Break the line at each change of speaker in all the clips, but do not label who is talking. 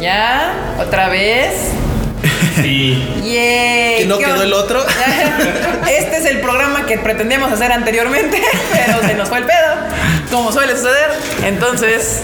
¿Ya? ¿Otra vez?
Sí.
¡Yay!
¿Que no
¿Qué
quedó
on-
el otro?
Este es el programa que pretendíamos hacer anteriormente, pero se nos fue el pedo, como suele suceder. Entonces,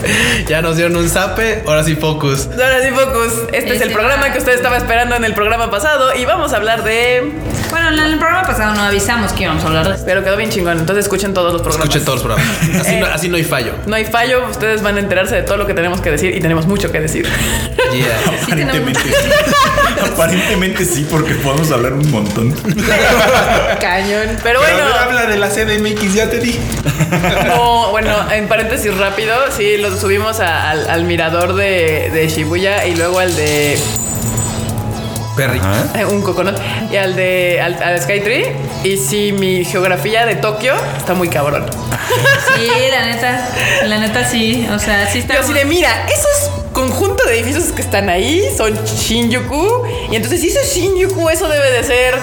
Ya nos dieron un zape, ahora sí focus.
ahora sí, Focus. Este es el
Ese
programa
va.
que usted estaba esperando en el programa pasado y vamos a hablar de.
Bueno, en el programa pasado no avisamos que íbamos a hablar de esto.
Pero quedó bien chingón, entonces escuchen todos los programas.
Escuchen todos los programas. Así, no,
Eh.
así no hay fallo.
No hay fallo, ustedes van a enterarse de todo lo que tenemos que decir y tenemos mucho que decir.
Yeah.
Sí tenemos
Aparentemente sí. Aparentemente sí, porque podemos hablar un montón.
Cañón. Pero bueno.
habla de la CDMX, ya te dije.
No, bueno, en paréntesis rápido, sí, los subimos a- al, al mirador de, de Shibuya y luego al de
Perry.
eh, un coconut y al de al, al Sky Tree. Y sí, mi geografía de Tokio está muy cabrón.
Sí, la neta, la neta sí. O sea, sí está.
Yo así de, mira, esos conjunto de edificios que están ahí son Shinjuku. Y entonces, si eso es Shinjuku, eso debe de ser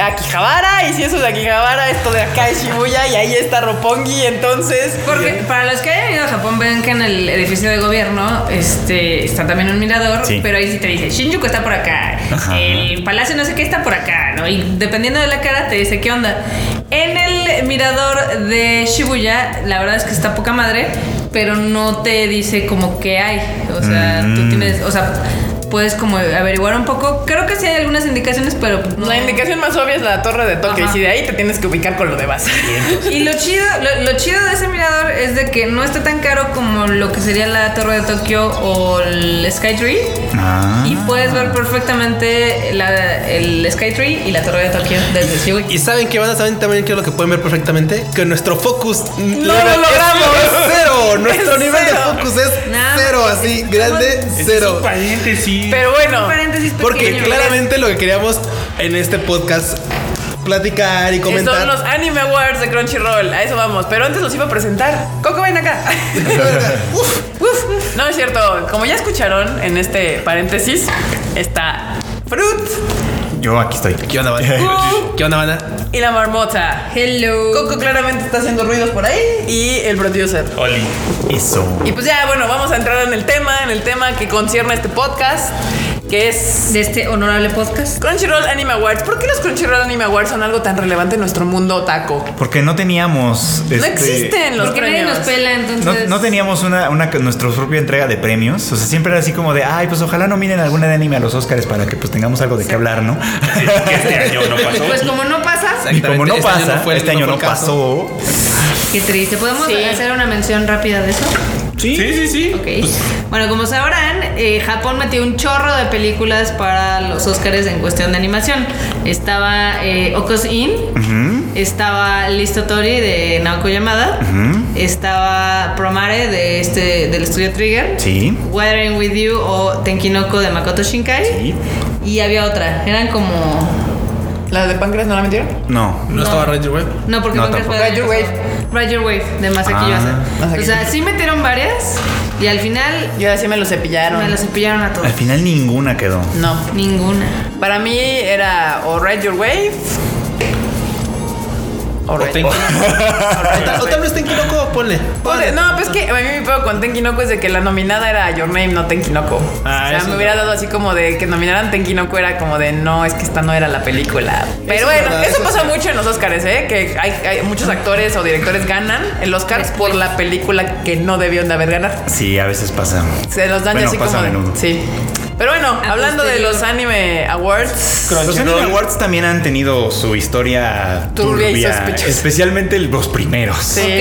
Akihabara. Y si eso es Akihabara, esto de acá es Shibuya. Y ahí está Roppongi. Entonces,
Porque para los que hayan ido a Japón, ven que en el edificio de gobierno este, está también un mirador,
Sí.
pero ahí sí te dice Shinjuku está por acá,
Ajá.
el palacio no sé qué está por acá, ¿no? Y dependiendo de la cara te dice qué onda. En el mirador de Shibuya, la verdad es que está poca madre, pero no te dice como qué hay. O sea, tú
Mm.
tienes, o sea, puedes como averiguar un poco. Creo que sí hay algunas indicaciones, pero no.
la indicación más obvia es la torre de Tokio.
Ajá.
Y si de ahí te tienes que ubicar con lo de base.
Y lo chido, lo, lo chido de ese mirador es de que no está tan caro como lo que sería la Torre de Tokio o el Skytree.
Ah.
Y puedes ver perfectamente la- el Skytree y la Torre de Tokio desde Shibuya.
Y saben que van a saber también que es lo que pueden ver perfectamente que nuestro focus no
lo logramos.
cero. Nuestro
Es
nivel
cero.
de focus es
Nada,
cero, así grande cero.
Paréntesis.
Pero bueno,
Paréntesis
Porque
pequeño.
claramente lo que queríamos en este podcast platicar y
que son los
comentar.
Anime Awards de Crunchyroll. A eso vamos. Pero antes los iba a presentar. Coco, ven acá.
Uf,
Uf, uf. No es cierto. Como ya escucharon en este paréntesis, está Fruit
Yo aquí estoy.
¿Qué onda, banda? ¿Qué onda, banda?
y la marmota.
Hello.
Coco claramente está haciendo ruidos por ahí y el producer.
Oli. Eso.
Y pues ya, bueno, vamos a entrar en el tema, en el tema que concierne a este podcast, que es
De este honorable podcast.
Crunchyroll Anime Awards. ¿Por qué los Crunchyroll Anime Awards son algo tan relevante en nuestro mundo otaku? Pues
Porque no teníamos.
No
este,
existen los
Porque nadie
premios.
nos pela,
No,
entonces.
no teníamos una, una nuestra propia entrega de premios. O sea, siempre era así como de, ay, pues ojalá no miren alguna de anime a los Oscars para que pues tengamos algo de qué hablar, ¿no?
Este año no pasó.
Pues como no pasas,
Y como no
Exactamente, este año
pasa,
no fue-
este año
no
no,
fue el
pasó.
qué triste. ¿Podemos
Sí.
hacer una mención rápida de eso?
Sí, sí, sí.
Ok. Bueno, como sabrán, eh, Japón metió un chorro de películas para los Oscars en cuestión de animación. Estaba eh, Okos In, estaba Listo Tori de Naoko Yamada,
Ujú.
estaba Promare de este, del estudio Trigger,
Sí.
Weathering With You o Tenkinoko de Makoto Shinkai,
Sí.
y había otra. Eran como.
¿La de páncreas no la metieron?
No.
No estaba Ranger Web.
No, porque
No,
Pancras
tampoco.
fue del año
Ride Your
pasado. Ride Your Wave de Masaki
Ah.
Yuasa. O
Masaki
sea, sí metieron varias y al final
Yo así me lo cepillaron.
me las cepillaron a todos.
Al final ninguna quedó.
No.
Ninguna.
Para mí era o Ride Your Wave. O Ride Your Wave.
O tal vez Tenki Loco, ponle.
Ponle- No, pues es que a mí mi pedo con Tenkinoko es de que la nominada era Your Name, no Tenkinoko.
Ah,
o
eso
sea, me
es
hubiera dado así como de que nominaran Tenkinoko era como de no, es que esta no era la película. Pero
Eso es
bueno,
verdad,
eso,
eso es
pasa mucho en los Oscars, ¿eh? Que hay, hay muchos actores o directores ganan el Oscar por la película que no debieron de haber ganado.
Sí, a veces pasa.
Se los dan ya
Bueno,
así
pasa
como.
a menudo.
de, sí. Pero bueno,
A
hablando de
posteriori.
los anime awards.
Los Anime Awards también han tenido su historia
Turbia
turbia,
y sospechosa.
especialmente los primeros.
Sí.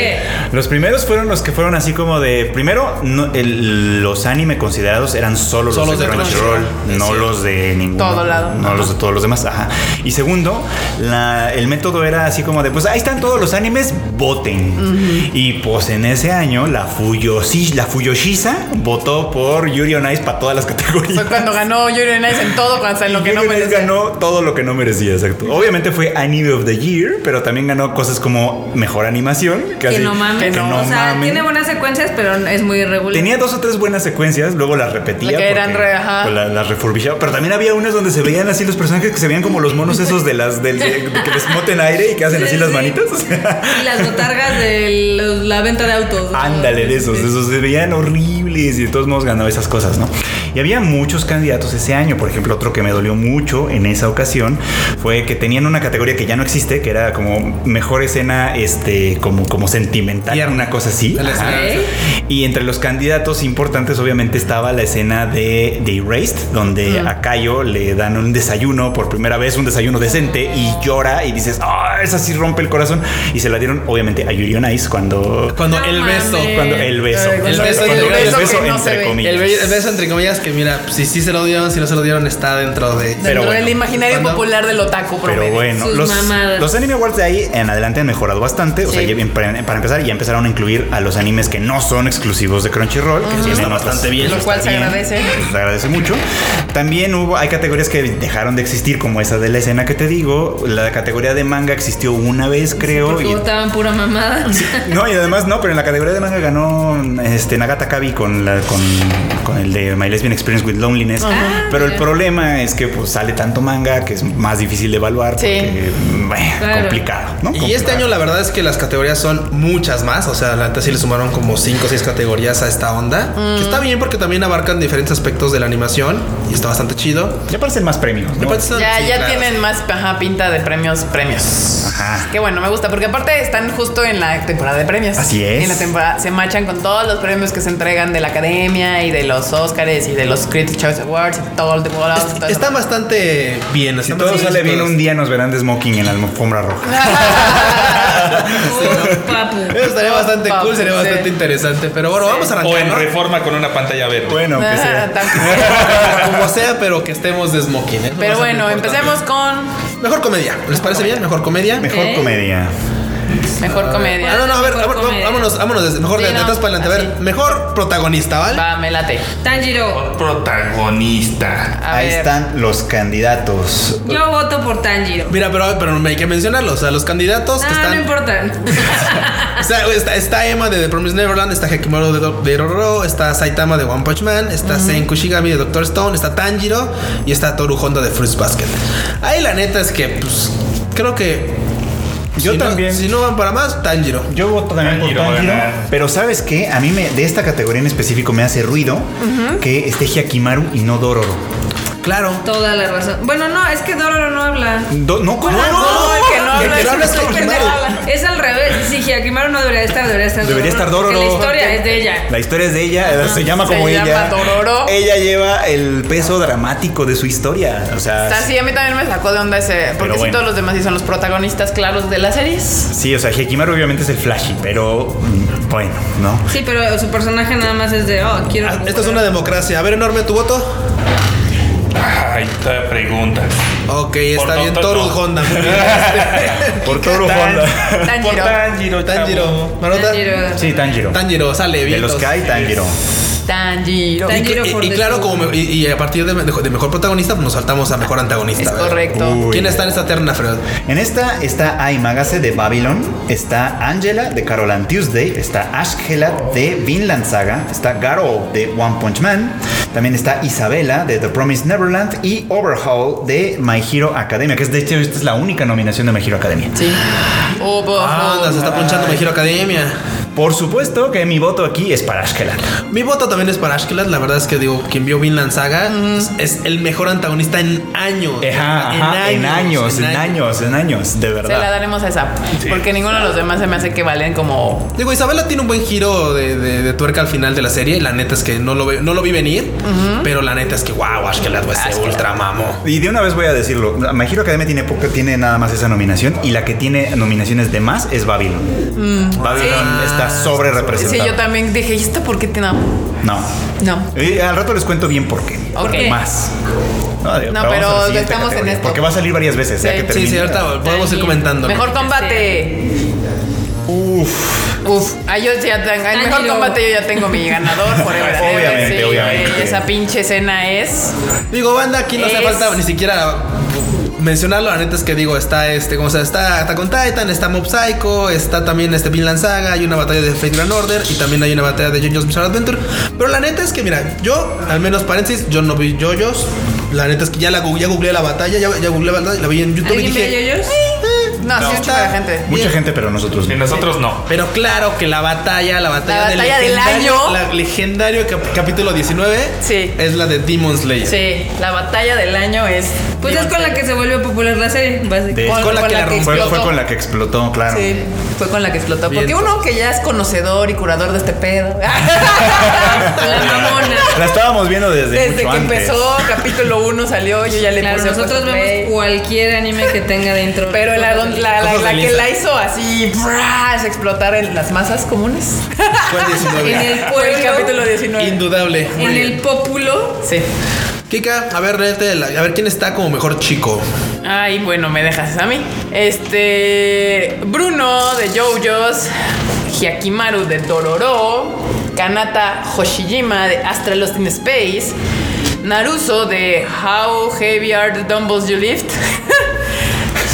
Los primeros fueron los que fueron así como de primero no- el- los anime considerados eran solo,
Solo
los de,
de
Crunchyroll,
Crunchyroll.
no
Sí.
los de ningún
Todo lado.
no
Ajá.
los de todos los demás, ajá. Y segundo, la- el método era así como de pues ahí están todos los animes, voten. Y pues en ese año la Fuyoshi, la Fuyoshisa votó por Yuri on Ice para todas las categorías.
fue cuando ganó Yuri on Ice en todo, cuando hasta en lo que no
Yuri on Ice
merecía.
ganó todo lo que no merecía, exacto. Obviamente fue Anime of the Year, pero también ganó cosas como mejor animación.
Que
así-
no mames.
que no
o sea,
mames.
tiene buenas secuencias, pero es muy irregular.
Tenía dos o tres buenas secuencias, luego las repetía.
La que eran
porque-
re, ajá.
pues, la- las refurbishaba. Pero también había unas donde se veían así los personajes que se veían como los monos esos de las del, de- de que les moten aire y que hacen así las manitas. O sea,
Y las botargas de los- la venta de autos. ¿no?
Ándale, de esos, de esos se veían horribles y de todos modos ganaba esas cosas, ¿no? Y había muchos candidatos ese año, por ejemplo, otro que me dolió mucho en esa ocasión fue que tenían una categoría que ya no existe, que era como mejor escena, este, como, como sentimental,
Tierna.
una cosa así.
De la
Ajá.
escena.
Y entre los candidatos importantes obviamente estaba la escena de The Erased, donde a Cayo le dan un desayuno por primera vez, un desayuno decente y llora y dices, ah, esa sí rompe el corazón. Y se la dieron obviamente a Yuri on Ice cuando
Cuando
No
el beso.
mames.
cuando el beso.
Ay,
el beso,
Cuando
el beso
que no se ve.
entre comillas.
El, be- el beso entre comillas que mira, si sí se lo dieron, si no se lo dieron, está dentro de...
Dentro
Pero
del
bueno.
imaginario
Cuando-
popular del otaku
Pero
promedio.
bueno,
Sus
los,
mamadas.
los anime awards de ahí en adelante han mejorado bastante. O sea,
Sí.
ya bien, para, para empezar, ya empezaron a incluir a los animes que no son exclusivos de Crunchyroll, que tienen
está
otras-
bastante bien.
Lo
Está
cual se
bien,
agradece.
Se agradece mucho. También hubo, hay categorías que dejaron de existir, como esa de la escena que te digo. La categoría de manga existió una vez, creo.
Porque
y-
botaban pura mamada.
no, y además no, pero en la categoría de manga ganó este, Nagata Kabi con, la, con, con el de My Lesbian Experience with Loneliness.
Ah,
Pero el
mira.
problema es que pues, sale tanto manga que es más difícil de evaluar
Sí.
porque bueno,
Claro.
complicado, ¿no?
Y este
Complicado.
año la verdad es que las categorías son muchas más, o sea, la neta sí le sumaron como 5 o 6 categorías a esta onda,
Mm.
que está bien porque también abarcan diferentes aspectos de la animación y está bastante chido.
Ya parecen más premios, ¿no?
Aparte están-
Ya,
sí,
ya
claro.
tienen más ajá, pinta de premios, premios.
Ajá.
Qué bueno, me gusta, porque aparte están justo en la temporada de premios.
Así es.
En la temporada se machan con todos los premios que se entregan de la academia y de los Oscars y de los Critics Choice Awards y todo el de World Awards y todo eso.
Están bastante bien.
Si todo sale bien un día nos verán de smoking en la alfombra roja.
Oh, papu.
Eso estaría bastante
Papu,
cool, sería
sí.
bastante interesante. Pero bueno, vamos a
O
arrancar.
en
¿no?
reforma con una pantalla verde.
Bueno, que
Ah,
sea.
Tampoco.
Como sea, pero que estemos de smoking. ¿eh? Eso va a
Pero
ser
bueno,
muy importante.
empecemos con
Mejor comedia. ¿Les parece bien? Mejor comedia.
Mejor
Ok.
comedia.
mejor comedia.
Ah, no, no, a ver,
Mejor
vámonos,
comedia.
vámonos, vámonos desde- mejor
Sí,
de, de
no,
atrás para adelante. A ver,
así.
mejor protagonista, ¿vale?
Va, me late.
Tanjiro.
Protagonista.
A
Ahí
ver.
están los candidatos.
Yo voto por Tanjiro.
Mira, pero, pero hay que mencionarlos. O sea, los candidatos que
Ah, no
están.
importa.
o sea, está, está Emma de The Promised Neverland, está Hakimaru de, Do- de Rororo, está Saitama de One Punch Man, está Sen Kushigami de Doctor Stone, está Tanjiro y está Toru Honda de Fruits Basket. Ahí la neta es que, pues, creo que.
Yo
si no-
también.
si no van para más, Tanjiro.
Yo voto también por
Tanjiro,
Tanjiro.
¿verdad?
Pero ¿sabes qué? A mí me, de esta categoría en específico me hace ruido que esté Hyakimaru y no Dororo.
Claro.
Toda la razón. Bueno, no, es que Dororo no habla.
Do- no, ¿cómo?
Ah, No, no, el que no
el
habla
que
es
no habla es
el que no
Hakimaru.
habla.
Es al revés. Sí, Hyakimaru no debería estar, debería estar
Debería estar Dororo.
porque La historia es de ella.
La historia es de ella, eh, se llama
Ah, Se
como
llama
ella.
Dororo.
Ella lleva el peso dramático de su historia. O sea,
Está así, a mí también me sacó de onda ese.
Pero
Porque sí,
bueno.
todos los demás sí son los protagonistas claros de las series.
sí, o sea, Hyakimaru obviamente es el flashy, pero mm, bueno, ¿no?
Sí, pero su personaje nada más es de, oh, quiero.
Ah, Esta es una democracia. A ver, enorme tu voto.
Ay, te preguntas.
Ok, está
Por
bien.
Doctor
Toru
No.
Honda. muy bien.
Por Toru Honda.
Por
Tanjiro.
Tanjiro,
Tanjiro.
chavo.
Marota.
Tanjiro.
Sí, Tanjiro.
Tanjiro, sale
De
bien.
los que hay, Tanjiro.
Tanjiro.
Tan- Tanjiro
Y-
por
y, claro,
default.
como me- y, y a partir de, de mejor protagonista, pues, nos saltamos a mejor antagonista.
Es
¿verdad?
correcto.
Uy.
¿Quién está en esta terna, Fred?
En esta está Ai Magase de Babylon, está Angela de Carolan Tuesday, está Ash Helat de Vinland Saga, está Garo de One Punch Man, también está Isabela de The Promised Neverland y Overhaul de My Hero Academia, que es de hecho esta es la única nominación de My Hero Academia.
Sí. Oh, bo-
Ah,
bo-
se está ponchando My Hero Academia.
Por supuesto que mi voto aquí es para Ash Helat.
Mi voto también es para Ashkelat. La verdad es que digo, quien vio Vinland Saga es, es el mejor antagonista en años.
Ajá, ajá, en años, en años, en años, de
Se la
verdad.
daremos a esa. Porque ninguno de los demás se me hace que valen como.
Digo, Isabela tiene un buen giro de, de- de tuerca al final de la serie. La neta es que no lo, ve- no lo vi venir, pero la neta Ah, es que, wow, Ashkelat va a ser ultra mamo.
Y de una vez voy a decirlo, My Hero Academia tiene poca, tiene nada más esa nominación y la que tiene nominaciones de más es Babylon. Babylon
Sí.
está sobre
Mm, Sí,
representada.
yo también dije, ¿y esto por qué te no?
No.
No.
Eh, al rato les cuento bien por qué.
Ok.
Más. No, de-
No,
vamos
pero
a la siguiente
estamos en
categoría,
esto.
Porque va a salir varias veces, ya
Sí.
que
Sí,
Sí,
termine.
sí, ahorita podemos ir
Tanjiro.
comentando.
Mejor combate.
Uh,
Uf.
Uf, ah, yo ya tengo, el mejor
Tanjiro.
combate yo ya tengo mi ganador por
Obviamente, obviamente.
Esa pinche escena es.
Digo, banda, aquí no hace
Es-
falta ni siquiera mencionarlo. La neta es que digo, está este, como sea, está Attack on Titan, está Mob Psycho, está también este Vinland Saga, hay una batalla de Fate Grand Order y también hay una batalla de JoJo's Bizarre Adventure. Pero la neta es que, mira, yo, al menos paréntesis, yo no vi JoJo's. La neta es que ya la gu- ya googleé la batalla, ya, ya googleé la batalla, la vi en YouTube y
¿Alguien
dije. "Eh,
ve yoyos?
No, sí, es
está-
chica de gente.
Mucha gente, pero nosotros
Y
no.
nosotros no.
Pero claro que la batalla, la batalla,
La batalla del
legendario-
año.
La legendario cap- capítulo 19
Sí.
es la de Demon Slayer.
Sí, la batalla del año es.
Pues es con la que se volvió popular la serie, básicamente.
De-
con-
con la
con
que
la
la
que
Fue, fue
explotó.
con la que explotó, claro.
Sí, fue con la que explotó.
Bien.
Porque uno que ya es conocedor y curador de este pedo.
La mamona.
La estábamos viendo desde,
Desde
mucho
que
antes.
empezó, capítulo 1 salió, yo ya le
Claro,
puse
nosotros vemos
cosplay.
cualquier anime que tenga dentro.
Pero la, don- la, la-
Cosas
la
de
que
Lisa.
la hizo así, ¡bras! explotar en las masas comunes.
Fue el 19.
En el
Fue el
pueblo.
capítulo 19.
Indudable. Muy
En
bien.
el pópulo.
Sí.
Kika, a ver, léete la- a ver quién está como mejor chico.
Ay, bueno, me dejas a mí. Este. Bruno de JoJo's. Hyakimaru de Dororo. Kanata Hoshijima de Astra Lost in Space. Naruso de How Heavy Are the Dumbbells You Lift.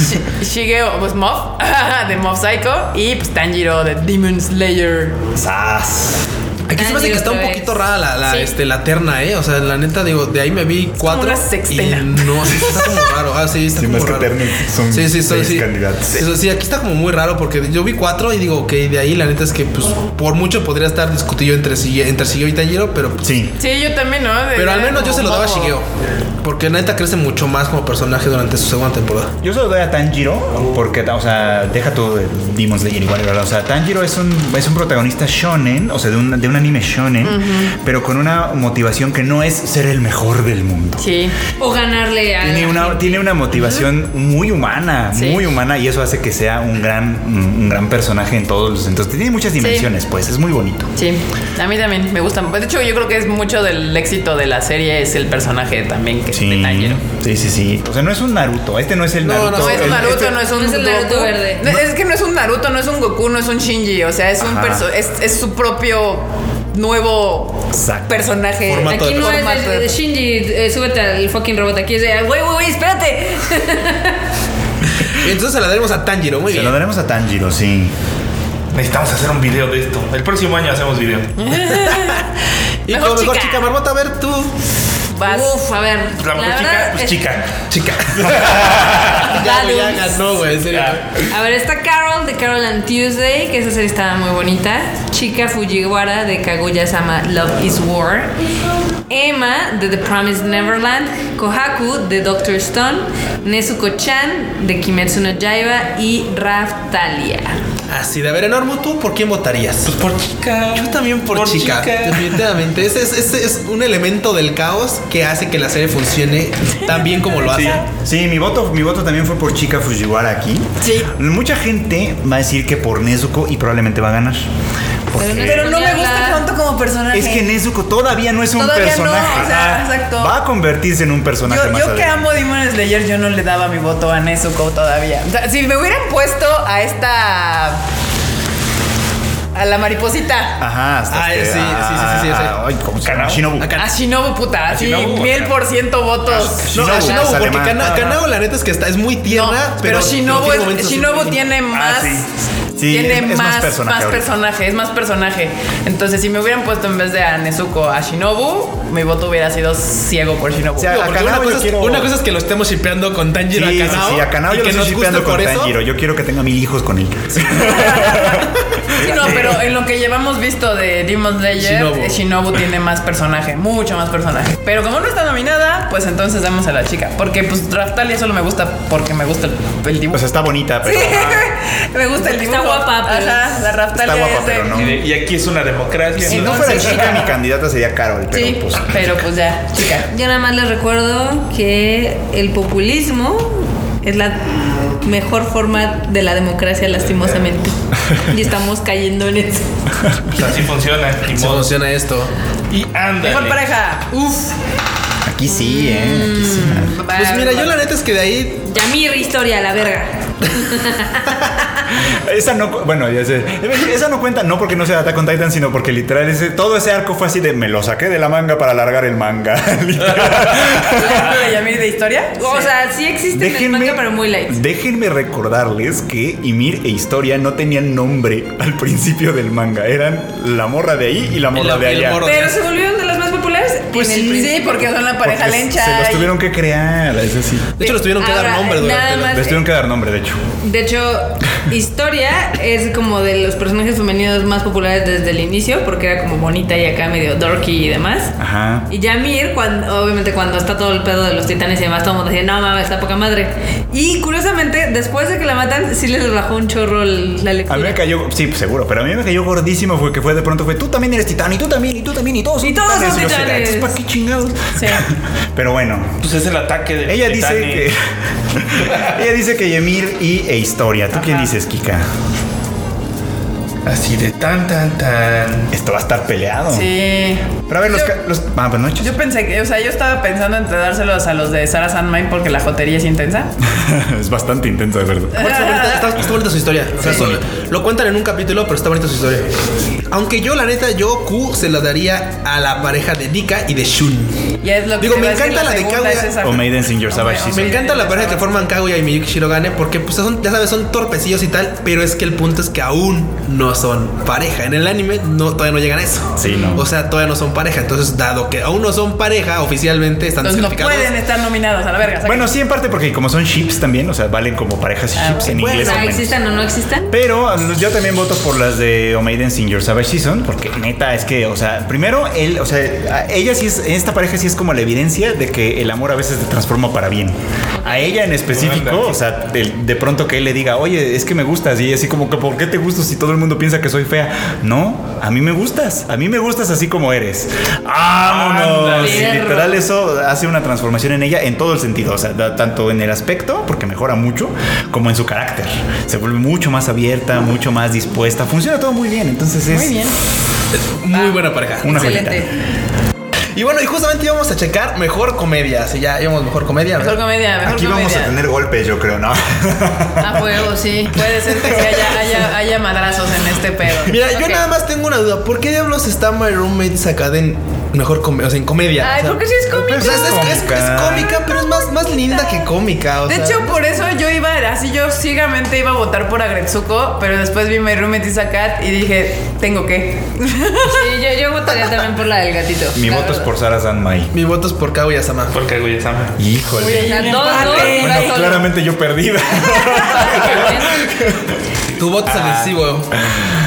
Shi- Shigeo pues, Mob de Mob Psycho. Y pues, Tanjiro de Demon Slayer.
¡Sas!
Aquí
Ah,
se me hace que está un
Otra vez.
poquito rara la, la,
Sí.
este, la terna, ¿eh? O sea, la neta, digo, de ahí me vi cuatro.
una
y
sextena.
no, sí, está como raro. Ah, sí, está
Sí,
como
más que
raro.
terna, son
sí, sí, son,
seis
sí.
candidatos.
Sí, sí, aquí está como muy raro porque yo vi cuatro y digo, ok, de ahí la neta es que, pues, por mucho podría estar discutido entre, Shige- entre Shigeo y Tanjiro, pero pues,
Sí.
Sí, yo también, ¿no? De-
Pero al menos yo se lo daba a
como-
Shigeo. Porque neta crece mucho más como personaje durante su segunda temporada.
Yo se lo doy a Tanjiro porque, o sea, deja todo de Demon Slayer igual, ¿verdad? O sea, Tanjiro es un, es un protagonista shonen, o sea, de un, de un anime shonen, pero con una motivación que no es ser el mejor del mundo.
Sí.
O ganarle a.
Tiene una, tiene una motivación muy humana,
Sí.
muy humana, y eso hace que sea un gran, un, un gran personaje en todos los sentidos. Tiene muchas dimensiones, pues, es muy bonito.
Sí, a mí también me gustan. De hecho, yo creo que es mucho del éxito de la serie es el personaje también que es de Tanjiro.
sí, sí, sí. O sea, no es un Naruto, este no es el
No,
Naruto.
No es
el-
un Naruto,
este-
no es un
No es el Naruto verde.
No, es que no es un Naruto, no es un Goku, no es un Shinji. O sea, es un
Ajá.
perso es, es su propio nuevo
Exacto.
personaje.
Formato
Aquí
de-
no es
Formato
de,
de-
de Shinji, eh, súbete al fucking robot. Aquí es de, "Ah, güey, güey, güey, espérate.
Y entonces se la daremos a Tanjiro, muy
Se
bien.
lo daremos a Tanjiro, sí.
Necesitamos hacer un video de esto. El próximo año hacemos video.
Y
Mejor
con mejor
chica.
chica marmota, a ver tú.
Vas.
Uf, a ver.
La mujer chica,
verdad
pues
es-
chica.
Chica. ya,
Dadus.
güey, ya ganó, güey, en serio.
Ya.
A ver, está Carol de Carol and Tuesday, que esa serie estaba muy bonita. Chica Fujiwara de Kaguya-sama Love is War. Emma de The Promised Neverland. Kohaku de Doctor Stone. Nezuko-chan de Kimetsu no Yaiba. Y Raftalia.
Así de a ver, enorme, ¿tú por quién votarías?
Pues por chica.
Yo también por,
Por
chica.
chica.
Definitivamente. Ese es, ese es un elemento del caos que hace que la serie funcione tan bien como lo hace.
Sí, mi voto, mi voto también fue por Chica Fujiwara aquí.
Sí.
Mucha gente va a decir que por Nezuko y probablemente va a ganar. Porque
Pero no me gusta
Habla-
tanto como personaje.
es que Nezuko todavía no es un
Todavía no,
personaje.
o sea,
Ajá.
exacto.
Va a convertirse en un personaje
Yo,
más
yo que
adelante.
amo Demon Slayer, yo no le daba mi voto a Nezuko todavía. O sea, si me hubieran puesto a esta. a la mariposita.
Ajá, hasta
Ah,
este-
sí, sí, sí, sí, sí, sí.
ah, ay, ¿cómo se llama?
Kanao.
Shinobu.
A Shinobu, puta. Así,
Shinobu, o
mil
sea.
por ciento votos.
No,
Shinobu
a
es
Shinobu, porque
alemán.
Kana-
Ah,
Kanao la neta es que está, es muy
No,
tierna,
pero,
pero,
Shinobu,
tiene
es-
momentos así
Shinobu
muy-
tiene más.
Ah, sí. Sí,
tiene
es- es más
más, más personaje,
personaje ahorita.
es más personaje. Entonces, si me hubieran puesto en vez de a Nezuko a Shinobu, mi voto hubiera sido ciego por Shinobu.
O sea,
Digo,
a
porque
Kanao
una,
yo
cosa es,
quiero-
una cosa es que lo estemos shipeando con Tanjiro
Sí,
a
sí,
Kanao.
sí, a Kanao
y
yo lo
que
estoy
nos guste
shipeando con
por eso.
Tanjiro. Yo quiero que tenga mil hijos con él.
Sí, no, pero en lo que llevamos visto de Demon Slayer, eh,
Shinobu.
Shinobu. tiene más personaje, mucho más personaje. Pero como no está nominada, pues entonces damos a la chica. Porque pues Raftalia solo me gusta porque me gusta el, el
O
dibujo.
sea, está bonita, pero...
me gusta el
Está
dibujo.
guapa, pues. pero-
Ajá, la Raftalia
Está guapa,
es de-
pero no.
Y, de- y aquí es una democracia.
Si no
¿no?
fuera
Entonces,
chica,
chica.
mi candidata sería Carol, pero
Sí,
pues...
pero pues ya, chica.
Yo nada más les recuerdo que el populismo es la mejor forma de la democracia, lastimosamente. Y estamos cayendo en eso.
Pues así funciona. ni
Se
modo.
funciona esto.
Y anda.
Mejor pareja. Uf.
Aquí sí, ¿eh? Aquí sí.
Mm.
Pues mira, yo la neta es que de ahí
Yamir, historia, la verga.
Esa no, cu- bueno, ya sé. Esa no cuenta, no porque no sea Attack on Titan, sino porque literal ese, todo ese arco fue así de me lo saqué de la manga para alargar el manga.
¿La Yamir de historia?
O sea, sí existe en el manga, pero muy light.
déjenme recordarles que Ymir e Historia no tenían nombre al principio del manga. Eran la morra de ahí y la morra
la-
de
y el
allá.
morro.
Pero se volvieron de las más populares en el principio.
sí, porque son la pareja
Pues Porque
lencha.
se los
y-
tuvieron que crear, es así.
De hecho, les tuvieron que
Ahora,
dar nombre durante
nada
la-
más-
Les tuvieron que dar nombre, de hecho.
De hecho, Historia es como de los personajes femeninos más populares desde el inicio, porque era como bonita y acá medio dorky y demás.
Ajá.
Y Yamir, cuando, obviamente cuando está todo el pedo de los titanes y demás, todo el mundo decía, no mames, está poca madre. Y curiosamente, después de que la matan, sí les bajó un chorro el- la
A
lectura.
mí me cayó, sí, pues, seguro, pero a mí me cayó gordísimo fue que fue de pronto fue tú también eres titán y tú también y tú también y todos
Y todos son
Y yo,
titanes.
"Entonces, ¿Para qué chingados?
Sí.
Pero bueno,
Pues es el ataque ¿eh? de.
ella dice
Titanic.
que ella dice que Ymir y e historia. ¿Tú quién dices, Kika?
Así de tan, tan, tan.
Esto va a estar peleado.
Sí.
Pero a ver los,
Yo-
ca- los- ah, pero no eches.
Yo pensé que, o sea, yo estaba pensando entre dárselos a los de Sarah Sandmine porque la jotería es intensa.
es bastante intenso, de verdad.
Aparte, Está bonita, está- está bonita su historia. O sea,
Sí.
solo- lo cuentan en un capítulo, pero está bonita su historia. Aunque yo, la neta, yo Q se la daría a la pareja de Dika y de Shun.
Y es lo que
Digo,
te
me
iba a decir,
encanta la de
segunda
Kaguya.
es esa.
O Maiden Sin Your Savage
Hombre,
Season.
Me
hombre,
encanta la
ya
pareja que
sabes.
forman Kaguya y Miyuki Shirogane porque, pues, son, ya sabes, son torpecillos y tal, pero es que el punto es que aún no son pareja. En el anime no, todavía no llegan a eso.
Sí, no.
O sea, todavía no son pareja. Entonces, dado que aún no son pareja, oficialmente están
Entonces no
descalificados.
pueden estar nominados a la verga. saca.
Bueno, sí, en parte porque como son ships también, o sea, valen como parejas y
Ah,
ships en
Bueno,
inglés. al menos.
existan o no existan.
Pero um, yo también voto por las de O Maiden Sin Your Savage Season, porque neta es que, o sea, primero, él, o sea, a- ella sí es, esta pareja sí es como la evidencia de que el amor a veces te transforma para bien. A ella en específico, o sea, de, de pronto que él le diga, oye, es que me gustas, y ella así como que, ¿por qué te gusto si todo el mundo piensa que soy fea? No, a mí me gustas, a mí me gustas así como eres. ¡Vámonos!
Ándale.
Y literal, eso hace una transformación en ella en todo el sentido, o sea, da- tanto en el aspecto, porque mejora mucho, como en su carácter. Se vuelve mucho más abierta, mucho más dispuesta. Funciona todo muy bien, entonces es
Muy bien.
Muy buena pareja.
una
Excelente.
joyita.
Y bueno, y justamente íbamos a checar mejor comedia. Si ya íbamos mejor comedia.
Mejor comedia, mejor
Aquí
comedia.
vamos a tener golpes, yo creo, ¿no?
A juego, sí.
Puede ser que sí haya, haya, haya madrazos en este pedo.
Mira, yo
Ok.
nada más tengo una duda. ¿Por qué diablos está My Roommate sacada en mejor comedia? O sea, en comedia.
Ay,
O sea,
porque sí es cómico.
o sea, es, es- es
Cómica.
cómica, pero es más, más linda que cómica. o
De
sea.
hecho, por eso yo iba, así yo ciegamente iba a votar por Agretsuko, pero después vi My Roommate is a Cat y dije, tengo que.
Sí, yo, yo votaría también por la del gatito.
Mi
la
voto es
verdad.
por Sara Sanmai.
mi voto es por Kaguya Sama.
Porque güey, Sam.
Híjole.
Las
Un
dos, dos,
empate.
una
Bueno,
sola.
claramente yo perdida.
Tu voto es
Ah.
agresivo.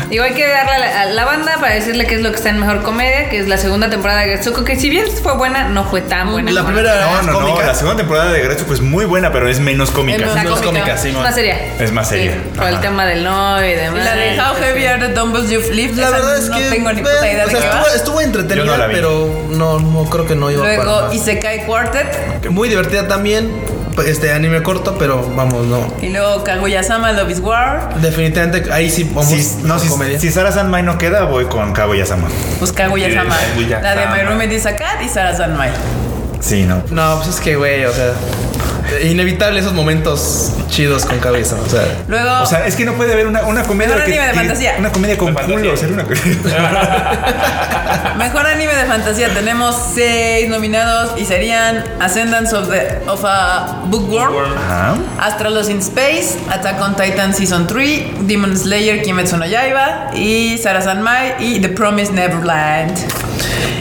Digo, hay que darle a la, a la banda para decirle qué es lo que está en mejor comedia, que es la segunda temporada de Getsuko, que si bien fue buena, no fue tan buena.
La
como
primera
No,
es
no, no.
cómica.
La segunda temporada de Gretzky pues muy buena, pero es menos cómica.
Es
la
más
cómica.
cómica,
sí,
Es
no.
más seria.
Es más seria.
Sí, por el
Ajá.
tema del novio y demás.
La de How Heavy Are the Dumbbells You've Lived,
La
esa
verdad es
no
que.
tengo ni
bueno,
puta idea
o
de
sea,
qué va.
estuvo, estuvo entretenida,
Yo no la vi.
pero no, no creo que no iba para
Luego
más.
Isekai Quartet
Muy divertida también. Este anime corto, pero vamos, no.
y luego Kaguya-sama Love is War.
Definitivamente ahí sí vamos
Si, no,
por
si,
comedia.
si Sara Sanmai no queda, voy con Cabo Yasama.
Pues Kaguya-sama.
Sí, Kaguya-sama.
La de My Roommate is a Cat y Sarah Sanmai.
Sí, no.
No, pues es que, güey, o sea. Inevitable esos momentos chidos con cabeza. O sea.
Luego
O sea, es que no puede haber una, una comedia.
Mejor
que
anime de
tiene-
fantasía.
Una comedia con
De fantasía.
culo. o sea, una-
Mejor anime de fantasía. Tenemos seis nominados y serían Ascendance of, the, of a Bookworm,
Ajá.
Astralos in Space, Attack on Titan Season 3, Demon Slayer Kimetsu no Yaiba y Sarasanmai y The Promised Neverland.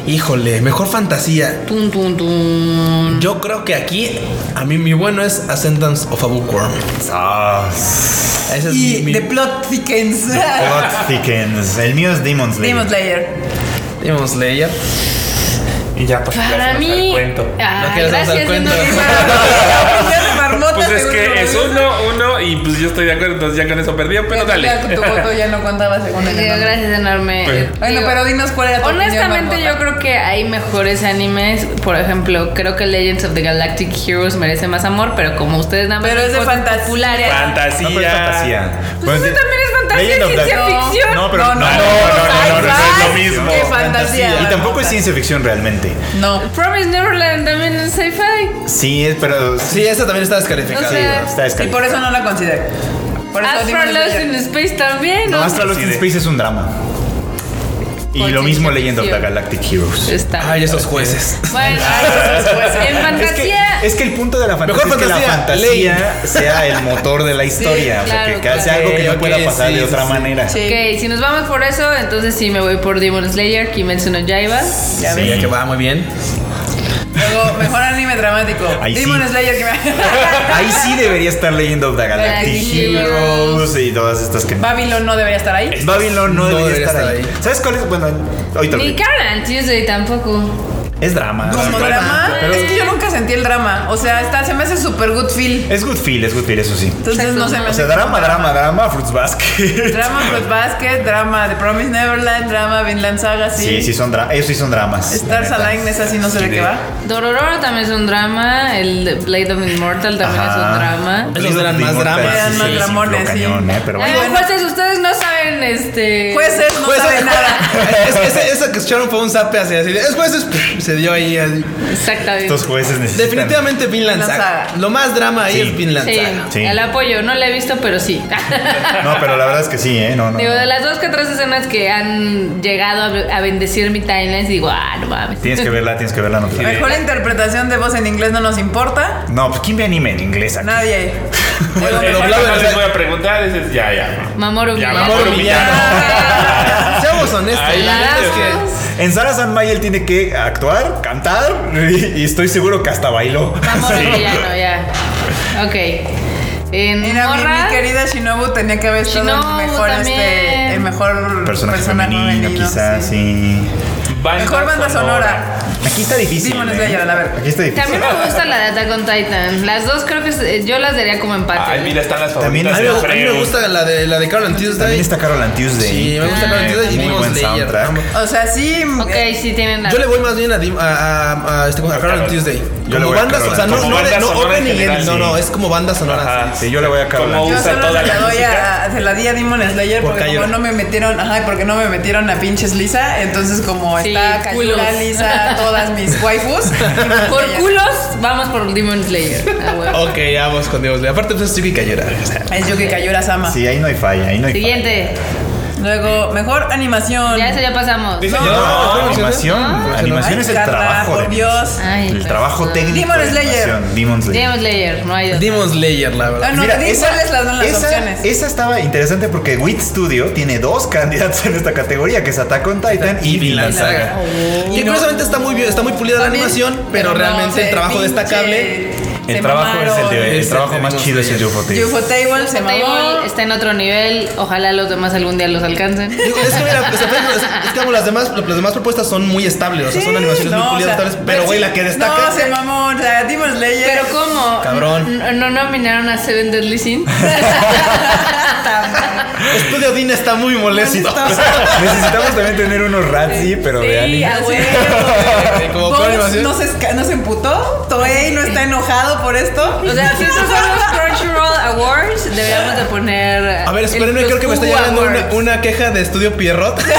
Híjole, mejor fantasía.
Tum, tum, tum.
Yo creo que aquí, a mí mi bueno es Ascendance of a Bookworm.
Ah,
Sas.
Ese es
Y
mi, mi-
The Plot Thickens.
Plot thickens. El mío es Demon Slayer.
Demon Slayer.
Demon Slayer.
Y ya, pues.
Para
ya se nos da el
mí.
cuento.
Ay,
No quieres hacer
gracias,
cuento.
no, no, no.
Opinión de marmota,
Pues es
según tú.
que es uno, uno, y pues yo estoy de acuerdo, entonces ya con eso perdí, pero
Ya,
dale.
Tu voto ya no contaba según el
Digo,
nombre.
Gracias enorme.
Pues-
Bueno,
Digo,
pero dinos cuál era tu opinión,
Honestamente,
Marmota.
yo creo que hay mejores animes. Por ejemplo, creo que Legends of the Galactic Heroes merece más amor, pero como ustedes nada más.
Pero es de
cosas
fantasía.
populares.
No, pero es
Fantasía.
fantasía.
Pues eso también es fantasía
Legend
y
of the-
ciencia ficción.
no, pero
no, no, no,
no, no, no, no, no, no es lo
sci-fi,
mismo.
qué fantasía.
Y tampoco es ciencia ficción realmente.
No.
Promise Neverland también es sci-fi.
Sí, es- pero sí,
Sí, esta también está descalificada.
O sea,
está
Y
descalificado.
por eso no la consideré. Por eso
Astro
dimos
Lost
ella.
in Space también,
No,
¿no?
Astral Lost in
Sí, de-
Space es un drama. Y
Con
lo mismo
ciencia
Legend of the
ficción.
Galactic Heroes.
Está.
Ay, esos jueces.
Bueno, en
Es que,
fantasía.
es que el punto de la fantasía
Mejor
es que la
fantasía,
fantasía sea el motor de la historia. o sea,
claro,
que cada- sea
claro.
algo que no
Ok,
pueda pasar
sí,
de otra
sí, sí.
manera.
Sí.
Ok, si nos vamos por eso, entonces sí me voy por Demon Slayer, Kimetsu no Yaiba.
Ya
Sí.
ves.
Ya que va muy bien.
Luego, mejor anime dramático.
Ahí sí.
Demon Slayer que me.
Ahí sí debería estar Legend of the Galactic
Galactic
Heroes y todas estas que.
Babylon no debería estar ahí.
Babylon no,
No
debería,
debería
estar,
estar
ahí.
ahí.
¿Sabes cuál es? Bueno, ahorita lo
Ni
digo.
Carol Tuesday tampoco.
Es drama.
Como
Sí,
drama,
pero-
es que yo nunca sentí el drama. O sea, está, se me hace super good feel.
Es good feel, es good feel, eso sí.
Entonces no se me
O
hace.
sea,
como
drama, drama, drama, Fruits Basket.
Drama Fruit Basket, drama The Promise Neverland, drama Vinland Saga, sí.
Sí, sí son dramas. Eso sí son dramas.
Stars
la neta.
Align, esa sí no sé de qué va.
Dorororo también es un drama. El Blade of Immortal también
Ajá.
es un drama.
Esos eran más
Immortal,
dramas.
Eran
sí,
más
sí,
dramones,
influyó
sí.
cañón, eh, pero
Ay,
bueno.
bueno.
jueces, ustedes no saben este.
Jueces no
Jueces-
saben nada.
Es, ese- esa que escucharon fue un zape así, así de, es jueces, se dio ahí. así.
Exactamente.
Estos jueces necesitan.
Definitivamente Vinland
Saga.
Saga. Lo más drama ahí
Sí.
es Vinland
Sí,
Saga.
Sí.
el apoyo, no la he visto, pero sí.
No, pero la verdad es que sí, ¿eh? No, no.
Digo, de las dos que tres escenas que han llegado a, a bendecir mi timeline, digo, ah, no mames.
Tienes que verla, tienes que verla. No, te-
Mejor interpretación de voz en inglés no nos importa.
no pues ¿quién ve anime en inglés aquí?
Nadie. Digo,
Bueno, el
mejor-
doblado
doblado
no
en
les
la-
voy a preguntar. ese es- ya, ya.
Mamoru
Ya,
Miyano.
Mamoru Miyano.
Seamos honestos.
Ahí
la
La
neta es
damos.
que
En Sara San Mayel tiene que actuar, cantar y, y estoy seguro que hasta bailó.
Mamoru Villano, ya. Ok. En
Mira, mi,
morra,
mi querida Shinobu tenía que haber estado
Shinobu
el mejor,
también.
este, el mejor
Personaje femenino, quizás,
sí.
sí.
Mejor banda sonora.
Aquí está difícil.
Demon
¿eh?
Slayer, a la verga.
Aquí está difícil.
También me gusta la de Attack on Titan. Las dos creo que eh, yo las daría como empate. ¿eh?
Ay, mira, están las
También
a
favoritas
mí,
de
me- a mí me
Freud.
gusta la de, la de Carol and
También
Tuesday.
está Carol and Tuesday.
Sí, me gusta Carol and Tuesday y
Muy
Demon
buen
Slayer.
soundtrack.
ambos.
O sea, sí.
ok,
eh,
sí tienen la.
Yo le voy más bien a, Dim- a, a- a este, a Carol and Tuesday.
Yo le
Como
voy a
bandas,
Carol
o sea,
and
no, no, de-
Tuesday.
Como
no
banda sonora
opening
en
y ending,
general,
no, no,
sí.
es como bandas sonoras.
Ajá.
Sí, yo le voy a Carol
Como
and
Yo
usa
solo
toda
se la
la
doy
música.
a, se la di a Demon Slayer porque
Porque
como
llora.
no me metieron, ajá, porque no me metieron a pinches Lisa, entonces como
Sí,
está
culos.
Cayula, Lisa, todas mis waifus.
Por culos, vamos por Demon Slayer. Ah, huevo.
Ok, ya vamos con Dios. Aparte, pues es Yuki Kayura. O sea,
Es Yuki Kayura Sama.
Sí, ahí no hay falla, ahí no hay
Siguiente.
Luego, mejor animación.
Ya, eso ya pasamos.
Dice,
No,
yo,
falla.
no,
Animación.
Ah,
no,
Ah, Animación
Ay,
es el
carajo,
trabajo de
Dios.
Ay,
El
perdón.
trabajo técnico.
Demon
de
Slayer.
animación. Demon Slayer.
Demon Slayer, no hay dos.
Demon Slayer, la
Ah,
verdad.
no,
Mira,
di
esa,
cuáles las, las
esa-
opciones.
esa estaba interesante porque Wit Studio tiene dos candidatos en esta categoría, que es Attack on Titan y Vinland Saga.
Y curiosamente está muy bien, está muy pulida la
También,
animación, pero
no,
realmente
se
el trabajo
pinche-
destacable.
El
se
trabajo es el
mamaron.
de, el
Es el
trabajo
de
más
Demon
chido es el
Slayer.
UFO Table.
UFO Table se mamó.
Table está en otro nivel. Ojalá los demás algún día los alcancen.
Digo, es que mira, pues, es, es que como las demás, las demás propuestas son muy estables, o sea, son animaciones
no, o
muy
sea,
pulidas, estables, pero güey,
sí,
la que destaca.
No, se mamó. O sea, Demon Slayer.
Pero ¿cómo?
Cabrón.
No, no nominaron a Seven Deadly Sin.
Estudio Dean está muy molesto.
Necesitamos también tener unos Razzie, pero de
Sí,
anime.
a huevo.
Como
Bones
cuál animación.
no se, esca- no se emputó. Toei no está enojado por esto.
O sea, si estos son los Crunchyroll Awards, deberíamos de poner.
A ver, espérenme, creo que me está llegando una, una queja de Estudio Pierrot.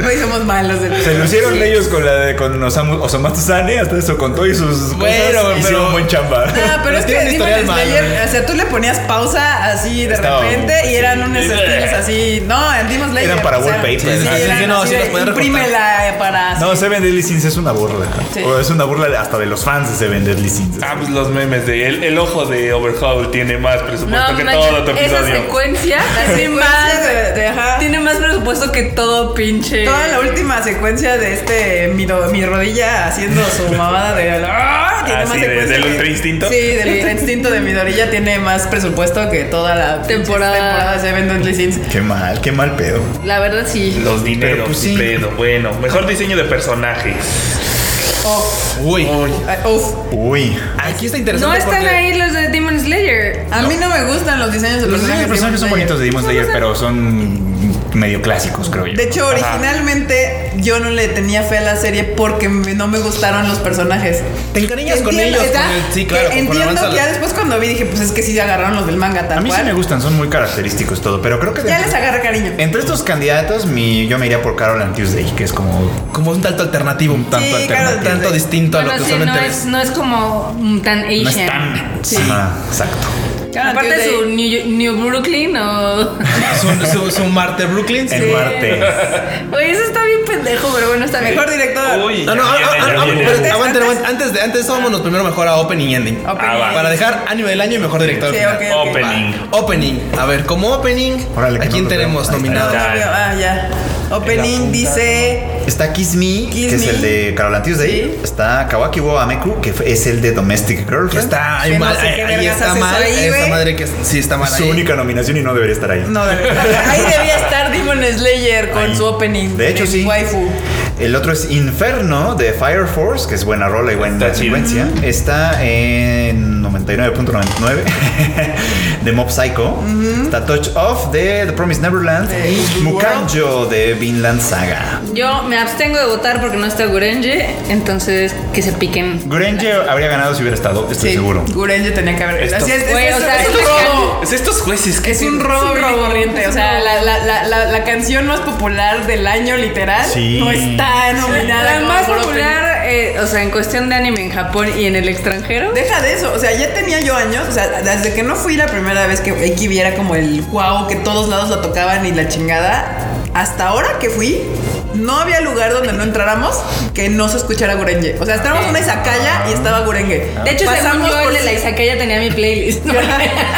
Güey, somos malos del
Se lucieron ellos con la de con Osamu, Osamu Sane, hasta eso con todo y sus
Bueno,
cosas, hicieron
pero-
buen chamba.
Ah, pero
Pero
es que
tiene un
Demon
historial malo,
Slayer,
güey.
o sea, tú le ponías pausa así de
Estaba-
repente y eran unos
Sí.
estilos así. No, en Demon Slayer.
Eran para
o sea,
wallpaper.
Sí,
Ah,
sí,
eran
sí, no,
así
sí
de,
las pueden recortar.
imprímela eh, para.
No, Seven Deadly Sins es una burla.
Sí.
O es una burla hasta de los fans de Seven Deadly Sins.
Ah, pues los memes de el, el ojo de Overhaul tiene más presupuesto
No,
que
manches,
todo tu
esa
episodio.
secuencia tiene
secuencia
más,
de- de- ajá.
tiene más presupuesto que todo pinche.
Toda la última secuencia de este mi, do- mi rodilla haciendo su mamada de ¡Ah!
Ah, sí, de-
secuencia
del
que-
ultra instinto.
Sí, del ultra instinto de mi dorilla tiene más presupuesto que toda la pinche
Temporada.
temporada de Seven Deadly Sins.
Qué mal, qué mal pedo.
La verdad sí.
Los
Pero,
dineros,
pues, sí.
y pedo. Bueno, mejor diseño de personajes.
Oh,
Uy,
ay, uf.
Uy.
aquí está interesante.
No están
porque-
ahí los de Demon Slayer.
A mí no me gustan los diseños de
Los diseños de personajes son
Demon Slayer.
bonitos de Demon Slayer, pero son
medio clásicos, creo yo.
De hecho, originalmente yo no le tenía fe a la serie porque me- no me gustaron los personajes.
Te encariñas con
Entiendo,
ellos.
¿está?
con el- sí,
Que
claro. conforme
Entiendo
avanza
que
la-
ya después cuando vi dije, pues es que sí agarraron los del manga
A
tal
mí sí me
cual.
gustan, son muy característicos todo, pero creo que...
Ya
dentro-
les agarré cariño.
Entre estos candidatos, mi, yo me iría por Carol and Tuesday, que es como...
Como un tanto alternativo. Un tanto
Sí, claro,
alternativo.
desde-
tanto distinto a
Bueno,
lo que
sí, no
solamente
es, no es como mm, tan Asian.
No es tan...
Sí.
Ajá, exacto.
Claro,
Aparte
entonces,
su New, New Brooklyn o...
ves. Su, su, su Marte Brooklyn. sí.
En Marte.
Güey, eso está bien pendejo, pero bueno, está bien.
Mejor director.
Uy,
No, no,
ya
ah,
viene,
ah,
ya
ah,
viene.
pero aguanten, aguanten. Antes de, antes vámonos primero mejor a Opening y Ending.
Ah. Opening.
Ah, va.
Para dejar anime del año y mejor director.
Sí,
final.
ok, ok.
Opening.
Opening. A ver, como opening,
Órale, que
¿a
no
quién
lo
tenemos
veo. Ahí está.
nominado?
Ya.
Ah, ya. Opening dice.
Está Kiss Me,
Kiss
que es
Me.
el de Carol and Tuesday.
Sí.
Está Kawaki wo Ameku, que fue- es el de Domestic Girlfriend.
Está ahí
Que no
mal,
sé
ahí,
qué
ahí
vergas
está
haces
mal,
ahí,
ahí está
güey.
madre que sí está mal
su
ahí.
única nominación y no debería estar ahí.
No, de verdad. Ahí debía estar Demon Slayer con
Ahí.
su opening.
De hecho,
en
sí.
Waifu.
El otro es Inferno de Fire Force, que es buena rola y buena
Está chido.
secuencia. Está en 99.99 de Mob Psycho. Está Touch Off de The Promised Neverland. Y Mukanjo de Vinland Saga.
Yo me abstengo de votar porque no está Gurenje, entonces que se piquen.
Grenje habría ganado si hubiera estado, estoy
Sí.
seguro.
Guren ya tenía que haber.
Esto-
Así es, es,
Güey,
es-
o sea,
es un
esto-
robo.
Es estos jueces que
Es un robo bien corriente. O sea, la, la, la, la, la canción más popular del año, literal,
Sí.
no está nominada.
La
como
más
por opening.
popular, eh, o sea, en cuestión de anime en Japón y en el extranjero.
Deja de eso, o sea, ya tenía yo años, o sea, desde que no fui la primera vez que X viera como el guau, que todos lados la tocaban y la chingada, hasta ahora que fui, no había lugar donde no entráramos que no se escuchara Gurenge. O sea, estábamos en una izakaya y estaba Gurenge.
De hecho, según yo, el de la Izakaya tenía mi playlist.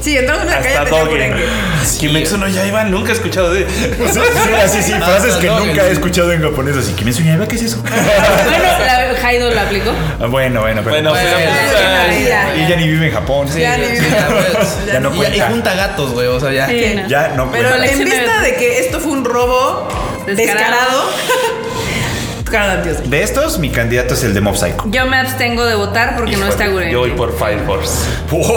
Sí, entramos en una
Hasta
izakaya y tenía
Dogen.
Gurenge.
Kimetsu no Yaiba, nunca he escuchado de...
Sí, sí, sí, frases que
no,
nunca he escuchado en japonés, así que me soñaba, ¿qué es eso?
bueno, la, Haido lo aplicó.
Ah, bueno, bueno, pero...
Bueno, pero...
sí,
pues,
ya.
y ella ni vive en Japón.
Ya ni vive en Japón.
Ya no
Y- y,
cuenta.
junta gatos, güey, o sea, ya.
Sí, no.
Ya no
Pero
cuenta.
en vista de que esto fue un robo descarado,
Descarado.
descarado Dios.
De estos, mi candidato es el de Mob Psycho.
Yo me abstengo de votar porque no está
híjole,
Gurenje.
Yo voy por Fire Force.
pues
Yo,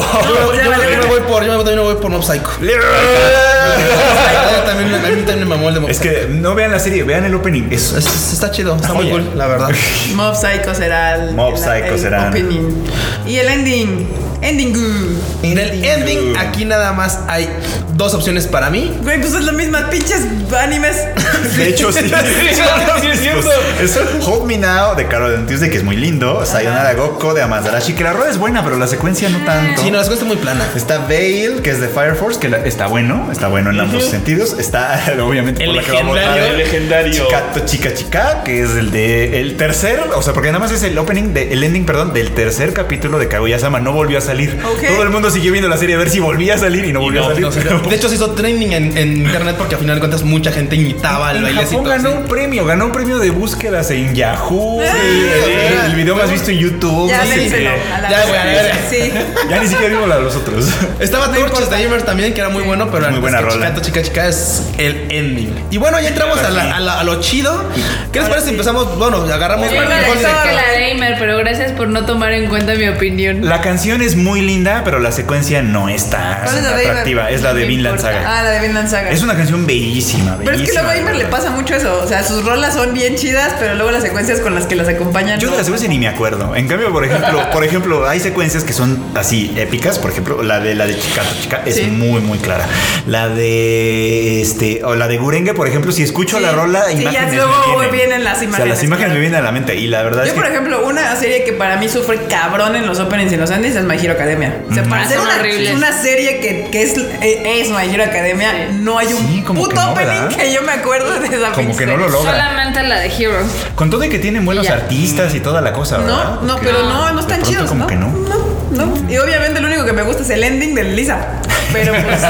yo- yo me voy por, yo me- también me voy por Mob Psycho. Yo también, a mí también me mamó el de Mob
Es que no vean la serie, vean el opening. Es
Psycho. Es- está chido, está muy
Oye.
cool, la verdad.
Mob Psycho será el,
Mob
el-
Psycho
el
será.
opening. Y el ending. Ending. uh. goo.
En el ending, aquí nada más hay dos opciones para mí.
Güey, pues es las mismas pinches animes.
De hecho, sí.
sí, es cierto.
Es Hold Me Now de Carol and Tuesday, que es muy lindo. Sayonara Gokko de Amaterasu, que la rueda es buena, pero la secuencia no tanto.
Sí, no, la cuesta muy plana.
Está Veil, que es de Fire Force, que la- está bueno, está bueno en ambos sentidos. Está, obviamente,
El
por la que va a votar.
legendario,
el legendario.
Chicato Chica Chica, que es el de el tercer, o sea, porque nada más es el opening, de- el ending, perdón, del tercer capítulo de Kaguya-sama. No volvió a salir.
Ok.
Todo el mundo siguió viendo la serie a ver si volvía a salir y no volvió
no,
a salir.
No sé,
pero-
de hecho, se hizo training en, en internet porque al final de cuentas mucha gente imitaba el
En
bailecito.
Japón ganó
así.
un premio, ganó un premio de búsquedas en Yahoo.
Sí,
el, el video más visto en YouTube.
Ya,
Sí.
lénselo. a la
Ya, güey, a ver.
Sí.
Ya ni siquiera vimos la de los otros.
Estaba Torches de Gamer también, que era muy bueno, pero
Muy
es
buena
que
rola.
Chicato, chica, chica es el ending. Y bueno, ya entramos a, la- a la- a lo chido. ¿Qué les parece si empezamos? Bueno, agarramos
Yo iba
mejor
a decir
director.
que la de Eimer, pero gracias por no tomar en cuenta mi opinión.
La canción es muy linda, pero la secuencia no está
¿Cuál es la de
atractiva.
Ivan?
Es la
No
de
me
Vinland
importa.
Saga.
Ah, la de Vinland Saga.
Es una canción bellísima,
pero es que
bellísima,
luego a Gamer
de
le
verdad.
pasa mucho eso. O sea, sus rolas son bien chidas, pero luego las secuencias con las que las acompañan.
Yo
no.
de la secuencia ni me acuerdo. En cambio, por ejemplo, por ejemplo, hay secuencias que son así épicas. Por ejemplo, la de la de Chicato Chica es
Sí.
muy muy clara. La de este o la de Gurenge, por ejemplo, si escucho
Sí.
la rola,
Sí, ya
imágenes
luego
me vienen.
vienen las
O sea,
imágenes,
las imágenes
claro.
me vienen a la mente y la verdad es
Yo,
que
por ejemplo, una serie que para mí sufre cabrón en los openings y en los endings es My Hero Academia. O sea,
Mm.
para
Ah,
hacer
son
una,
horribles.
una serie que, que es, eh, es My Hero Academia,
Sí.
no hay un
Sí, como
puto
que no,
opening
¿verdad?
que yo me acuerdo de esa
como que
pinche
no lo
serie.
logra.
Solamente la de Hero.
Con todo y que tienen buenos
Ya.
artistas y toda la cosa, ¿verdad?
No, no,
Porque
pero no, no están
de pronto
chidos,
como
¿no?
que no.
No, no. Y obviamente lo único que me gusta es el ending de Lisa. Pero pues.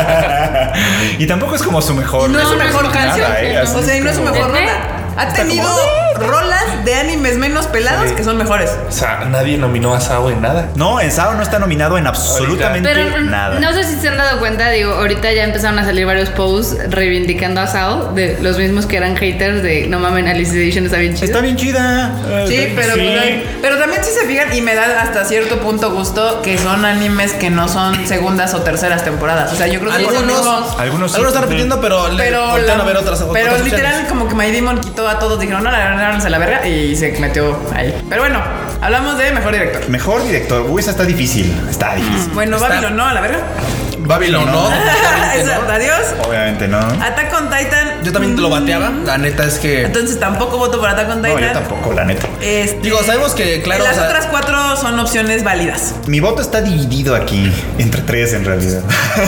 y tampoco es como su mejor.
no es su mejor
mejor
canción.
canción,
O sea, y no es su mejor
¿Eh?
rola. Ha
Está como-
tenido rolas de animes menos pelados
Sí.
que son mejores.
O sea, nadie nominó a Sao en nada.
No, en SAO no está nominado en absolutamente
Pero n-
nada.
no sé si se han dado cuenta, digo, ahorita ya empezaron a salir varios posts reivindicando a Sao, de los mismos que eran haters de no mamen, Alice Edition está bien chido.
Está bien chida.
Sí, pero,
Sí.
pero- pero también si se fijan, y me da hasta cierto punto gusto que son animes que no son segundas o terceras temporadas. O sea, yo creo que
Algunos,
algunos-
Algunos
algunos,
sí.
están repitiendo, pero, le
Pero,
voltean
la-
a ver otras otras
pero
opciones.
literal, como que My Demon quitó a todos, dijeron, no, la verdad, a la verga, y se metió ahí. Pero bueno, hablamos de mejor director.
Mejor director. Uy, esa está difícil. Está difícil.
Bueno,
Mm, Está-
Babylon, no, a la verga.
Babylon, ¿no?
Exacto, Adiós.
Obviamente no.
Attack on Titan.
Yo también te lo
mm,
bateaba. La neta es que.
Entonces tampoco voto por Attack on Titan.
No, yo tampoco, la neta.
Este,
Digo, sabemos que, claro.
Las
o sea,
otras cuatro son opciones válidas.
Mi voto está dividido aquí entre tres en realidad.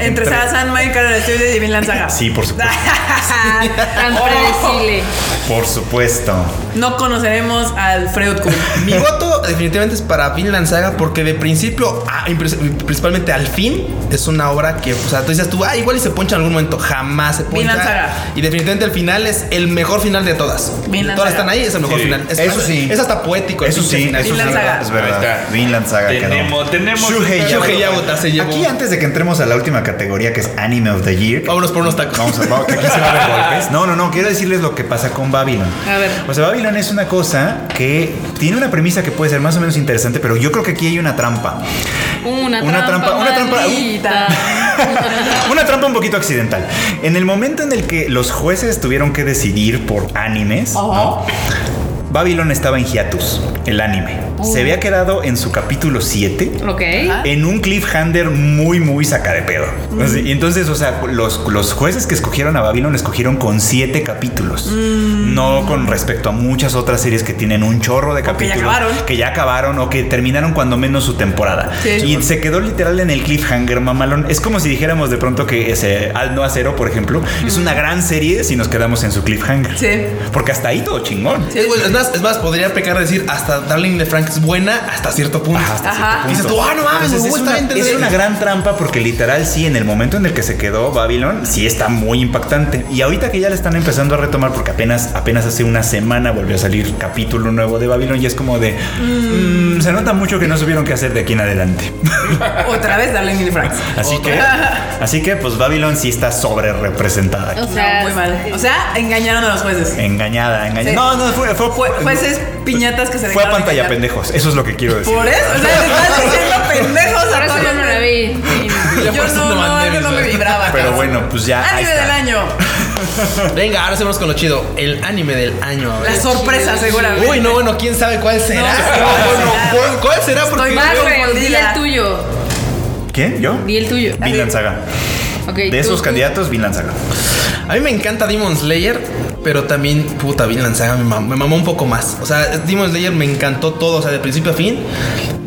Entre Sarah Sandman, Carol Studio y Vinland Saga.
Sí, por supuesto.
Tan
Oh.
predecible.
Por supuesto.
no conoceremos al Freud Kuhn.
Mi voto definitivamente es para Vinland Saga porque de principio a y pr- principalmente al fin es una obra que, o sea, tú dices tú, ah, igual y se poncha en algún momento, jamás se poncha.
Vinland Saga.
Y definitivamente el final es el mejor final de todas.
Vinland
todas
Saga.
están ahí, es el mejor
Sí.
final. Es,
Eso sí.
Es hasta poético. el
Eso
pinche
sí,
final.
eso sí,
Vinland Saga.
es
Ahí
verdad.
está.
Vinland Saga
Tenemos-
quedó.
tenemos-
Shuhei Yabuta.
Shohei Yabuta se llevó.
Aquí antes de que entremos a la última categoría que es Anime of the Year.
Vámonos por unos tacos.
Vamos a vamos, que aquí se va a ver golpes. No, no, no, quiero decirles lo que pasa con Babylon.
A ver.
O sea, Babylon es una cosa que tiene una premisa que puede ser más o menos interesante, pero yo creo que aquí hay una trampa.
Una,
Una trampa, una trampa.
maldita.
Una trampa un poquito accidental. En el momento en el que los jueces tuvieron que decidir por animes, ¿no? Babylon estaba en hiatus, el anime. Se había quedado en su capítulo 7
Ok.
en un cliffhanger muy, muy saca de pedo. Así, y entonces, o sea, los, los jueces que escogieron a Babylon escogieron con siete capítulos. No con respecto a muchas otras series que tienen un chorro de
que ya
capítulos.
acabaron.
que ya acabaron o que terminaron cuando menos su temporada.
Sí.
Y se quedó literal en el cliffhanger mamalón. Es como si dijéramos de pronto que ese Al No Acero, por ejemplo, es una gran serie si nos quedamos en su cliffhanger.
Sí.
Porque hasta ahí todo chingón.
Es, bueno, es más, es más, podría pecar de decir hasta Darling de Frank es buena hasta cierto punto.
Ajá, hasta cierto
Ajá.
punto.
Dices tú, ah, no mames,
Entonces,
me gusta,
es, una,
entendí.
es una gran trampa porque literal sí, en el momento en el que se quedó Babylon, sí está muy impactante. Y ahorita que ya la están empezando a retomar, porque apenas, apenas hace una semana volvió a salir capítulo nuevo de Babylon y es como de... mm, se nota mucho que no supieron qué hacer de aquí en adelante.
Otra vez Darlene y Franks.
Así que, así que pues Babylon sí está sobre representada.
O
No,
sea,
muy mal. O sea, engañaron a los jueces.
Engañada, engañada.
Sí.
No, no, fue... Fue,
Jue- jueces piñatas que se
fue a
dejaron
pantalla
engañar.
pendejos, eso es lo que quiero decir.
Por eso, o sea, le estás diciendo pendejos
por
a
eso
todos.
yo no la vi. Sí.
Yo por
Yo
eso
no,
no
no,
mandé
yo no
mis-
me vibraba.
Pero
cabrón.
bueno, pues ya... ahí
Anime del
está.
año.
Venga, ahora se vamos con lo chido. El anime del año. a ver.
La sorpresa, seguramente.
Uy, no, bueno, quién sabe cuál será.
No,
No,
no,
bueno,
no.
¿cuál- ¿cuál será? Porque
Estoy mal.
Marvel, di
confundida.
el tuyo.
¿Quién? ¿Yo?
Di el tuyo.
Vinland Saga.
Ok, tú,
De esos
tú.
candidatos, Vinland Saga.
A mí me encanta Demon Slayer, pero también, puta, Vinland Saga me, mam- me mamó un poco más. O sea, Demon Slayer me encantó todo, o sea, de principio a fin.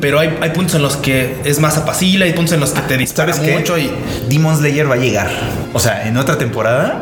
Pero hay, hay puntos en los que es más apacible, hay puntos en los que te distraes
¿Sabes qué?
mucho y...
Demon Slayer va a llegar. O sea, en otra temporada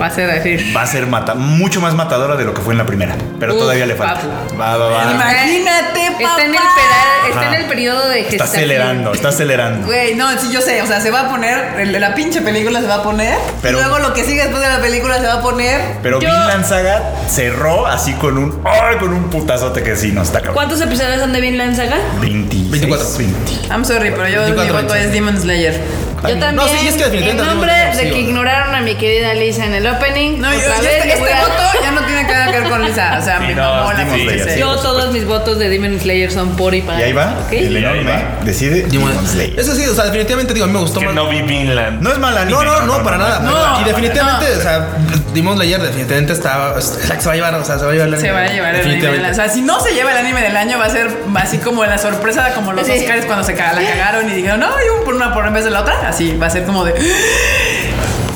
Va a ser decir.
va a ser mata mucho más matadora de lo que fue en la primera. Pero
Uf,
todavía le falta.
papu.
Va, va, va.
Imagínate, papá.
Está en el, peda- está en
Ajá.
el periodo de
Está
gestación.
acelerando, está acelerando.
Güey, no, sí, yo sé, o sea, se va a poner, el de la pinche película se va a poner,
Pero-
luego lo que sigue después de la película se va a poner.
Pero
Yo-
Vinland Saga cerró así con un. ¡Ay! Con un putazote que sí nos está acabando.
¿Cuántos episodios son de Vinland Saga?
26,
24.
20.
I'm sorry, pero yo mi
24
voto
veces.
es Demon Slayer.
Yo también.
No, sí, es que definitivamente
en
nos dimos
nombre de
exclusiva.
que ignoraron a mi querida Lisa en el opening,
No, yo,
otra
yo
vez
este,
le voy
este
a-
voto ya no tiene nada que ver con Lisa, o sea,
Sí,
mi
no,
mamá la
Demon
pinche
Slayer,
serie.
Yo todos mis votos de Demon Slayer son por y para.
Y ahí va.
¿ok?
El
Y ahí
enorme
va.
decide Demon Slayer.
Eso sí, o sea, definitivamente digo, a mí me gustó
Que
más.
no vi Vinland.
No es mala
No, no, no, para nada.
no,
y definitivamente, o sea, Demon Slayer definitivamente está. Es la que se va a llevar, o sea, se va a llevar la
Se va a llevar el anime del año. O sea, si no se lleva el anime del año, va a ser así como la sorpresa, como los
Sí.
Oscars cuando se ca- la cagaron y dijeron, no, hay un por una por en vez de la otra. Así va a ser como de. "Ah,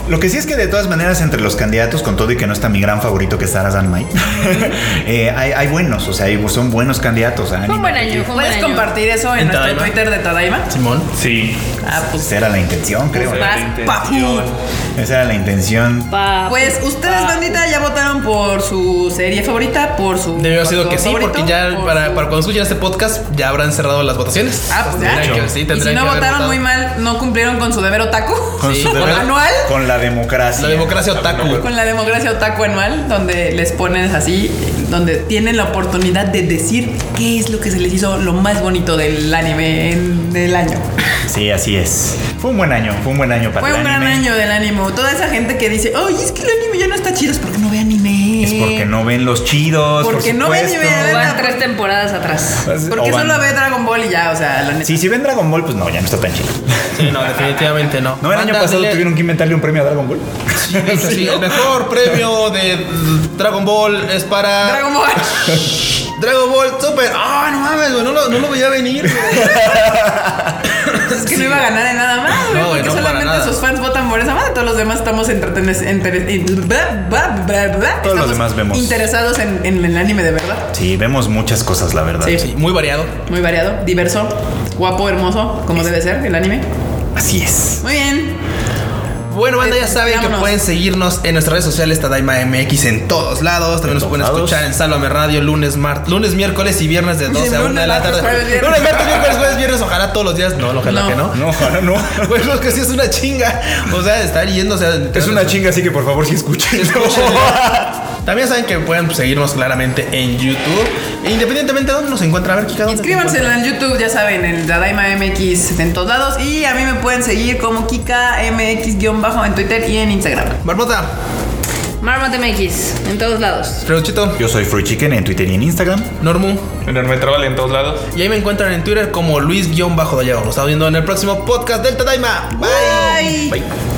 Lo que sí es que de todas maneras entre los candidatos, con todo y que no está mi gran favorito que es Sara Sanmai, eh, hay, hay buenos, o sea, hay- son buenos candidatos. ¿eh?
Fue un
ánimo.
buen año. fue un
¿Puedes
buen año.
compartir eso en,
En
nuestro
Tadaima.
Twitter de Tadaima?
Simón.
Sí.
Ah, pues.
Esa era la intención, creo.
Esa era
Vas,
la intención.
papu.
Esa era la intención.
Pa-
Pues ustedes,
pa-
bandita, ya votaron por su serie favorita, por su.
Debió haber sido
actor
que sí,
favorito,
porque ya
por
para,
su-
para cuando escuchen este podcast ya habrán cerrado las votaciones.
Ah, pues ya.
Tendrían que- sí,
y si
tendrían
no
que haber
votaron
votado.
muy mal, no cumplieron con su deber otaku.
Sí,
su
con
deber-
anual.
Con la
la democracia.
La democracia otaku.
Con la democracia otaku anual, donde les pones así, donde tienen la oportunidad de decir qué es lo que se les hizo lo más bonito del anime en- del año.
Sí, así es. Fue un buen año, fue un buen año para
Fue
el
un gran
anime.
año del anime. Toda esa gente que dice, ay, es que el anime ya no está chido, es porque no ve anime.
Es porque no ven los chidos.
Porque
por
no ven
supuesto.
anime.
Van tres temporadas atrás.
Pues,
Porque
O van-
solo ve Dragon Ball y ya, o sea, la neta.
Sí, si ven Dragon Ball, pues no, ya no está tan chido.
Sí, no, definitivamente no.
No, el año
Banda,
pasado
denle-
tuvieron que inventarle un premio a Dragon Ball.
Sí, el mejor premio de Dragon Ball es para.
Dragon Ball.
Dragon Ball Super. Ah, no mames, güey. No lo, no lo veía venir, güey.
Pues es que no iba a ganar en nada más, güey,
No, güey,
porque
no, para
solamente
nada.
sus fans votan por esa madre. Todos los demás estamos entretenidos.
Todos los demás vemos.
Interesados en, en el anime de verdad.
Sí, vemos muchas cosas, la verdad.
Sí.
Sí, muy variado.
Muy variado, diverso, guapo, hermoso, como debe ser el anime.
Así es.
Muy bien.
Bueno, banda, ya saben que
Vámonos.
pueden seguirnos en nuestras redes sociales, Tadaima MX en todos lados. También nos
todos
pueden
lados.
escuchar en Sálvame Radio lunes, martes, lunes, miércoles y viernes de 12 a 1 de la
martes,
tarde.
jueves, viernes.
Lunes, martes, miércoles, jueves, viernes. Ojalá todos los días. No, ojalá
No.
que no.
No, ojalá no.
Güey, es que sí es una chinga. O sea, estar yendo, o sea,
Es una chinga, así que por favor, sí escuchen.
También saben que pueden seguirnos claramente en YouTube. E Independientemente de dónde nos encuentran. A ver, Kika, ¿dónde te
Inscríbanse en YouTube, ya saben, en Dadaima MX en todos lados. Y a mí me pueden seguir como Kika MX-bajo en Twitter y en Instagram.
encuentran? Marmota,
Marmot MX, en todos lados.
Freduchito,
Yo soy Free Chicken en Twitter y en Instagram.
Normu.
Enorme Trabal en todos lados.
Y ahí me encuentran en Twitter como Luis-Dallego. Nos estamos viendo en el próximo podcast del Tadaima. Bye. Bye.